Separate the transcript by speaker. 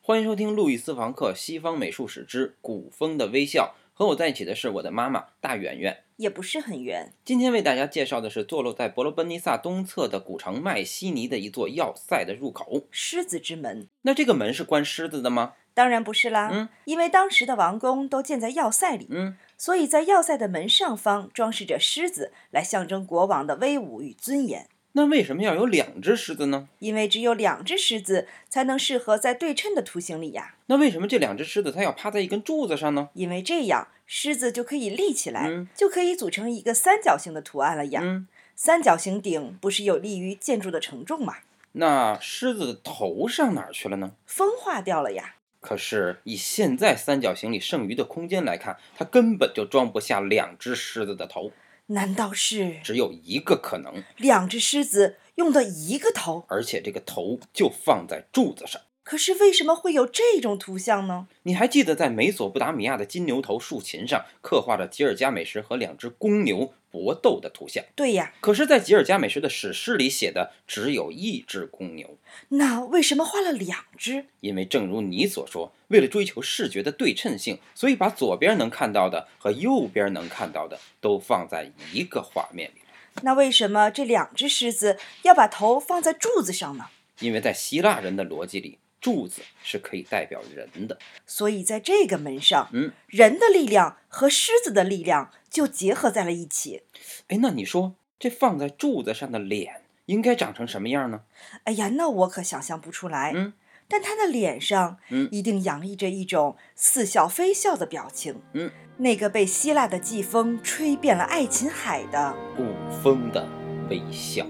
Speaker 1: 欢迎收听路易斯·房克《西方美术史之古风的微笑》。和我在一起的是我的妈妈大圆圆。
Speaker 2: 也不是很圆。
Speaker 1: 今天为大家介绍的是坐落在伯罗奔尼撒东侧的古城麦西尼的一座要塞的入口。
Speaker 2: 狮子之门
Speaker 1: 那这个门是关狮子的吗？
Speaker 2: 当然不是啦，
Speaker 1: 嗯
Speaker 2: 因为当时的王宫都建在要塞里，
Speaker 1: 嗯，
Speaker 2: 所以在要塞的门上方装饰着狮子，来象征国王的威武与尊严。
Speaker 1: 那为什么要有两只狮子呢？
Speaker 2: 因为只有两只狮子才能适合在对称的图形里呀，
Speaker 1: 那为什么这两只狮子它要趴在一根柱子上呢？
Speaker 2: 因为这样狮子就可以立起来，
Speaker 1: 嗯
Speaker 2: 就可以组成一个三角形的图案了呀。
Speaker 1: 嗯，
Speaker 2: 三角形顶不是有利于建筑的承重吗？
Speaker 1: 那狮子的头上哪儿去了呢？
Speaker 2: 风化掉了呀。
Speaker 1: 可是以现在三角形里剩余的空间来看，它根本就装不下两只狮子的头，
Speaker 2: 难道是
Speaker 1: 只有一个可能，
Speaker 2: 两只狮子用的一个头？
Speaker 1: 而且这个头就放在柱子上。
Speaker 2: 可是为什么会有这种图像呢？
Speaker 1: 你还记得在美索不达米亚的金牛头竖琴上刻画着吉尔加美什和两只公牛搏斗的图像？
Speaker 2: 对呀，
Speaker 1: 可是，在吉尔加美什的史诗里写的只有一只公牛，
Speaker 2: 那为什么画了两只？
Speaker 1: 因为正如你所说，为了追求视觉的对称性，所以把左边能看到的和右边能看到的都放在一个画面里。
Speaker 2: 那为什么这两只狮子要把头放在柱子上呢？
Speaker 1: 因为在希腊人的逻辑里，柱子是可以代表人的。
Speaker 2: 所以在这个门上，
Speaker 1: 嗯，
Speaker 2: 人的力量和狮子的力量就结合在了一起。
Speaker 1: 哎，那你说这放在柱子上的脸应该长成什么样呢？
Speaker 2: 哎呀，那我可想象不出来。
Speaker 1: 嗯，
Speaker 2: 但他的脸上，
Speaker 1: 嗯
Speaker 2: 一定洋溢着一种似笑非笑的表情。
Speaker 1: 嗯，
Speaker 2: 那个被希腊的季风吹遍了爱琴海的。
Speaker 1: 古风的微笑。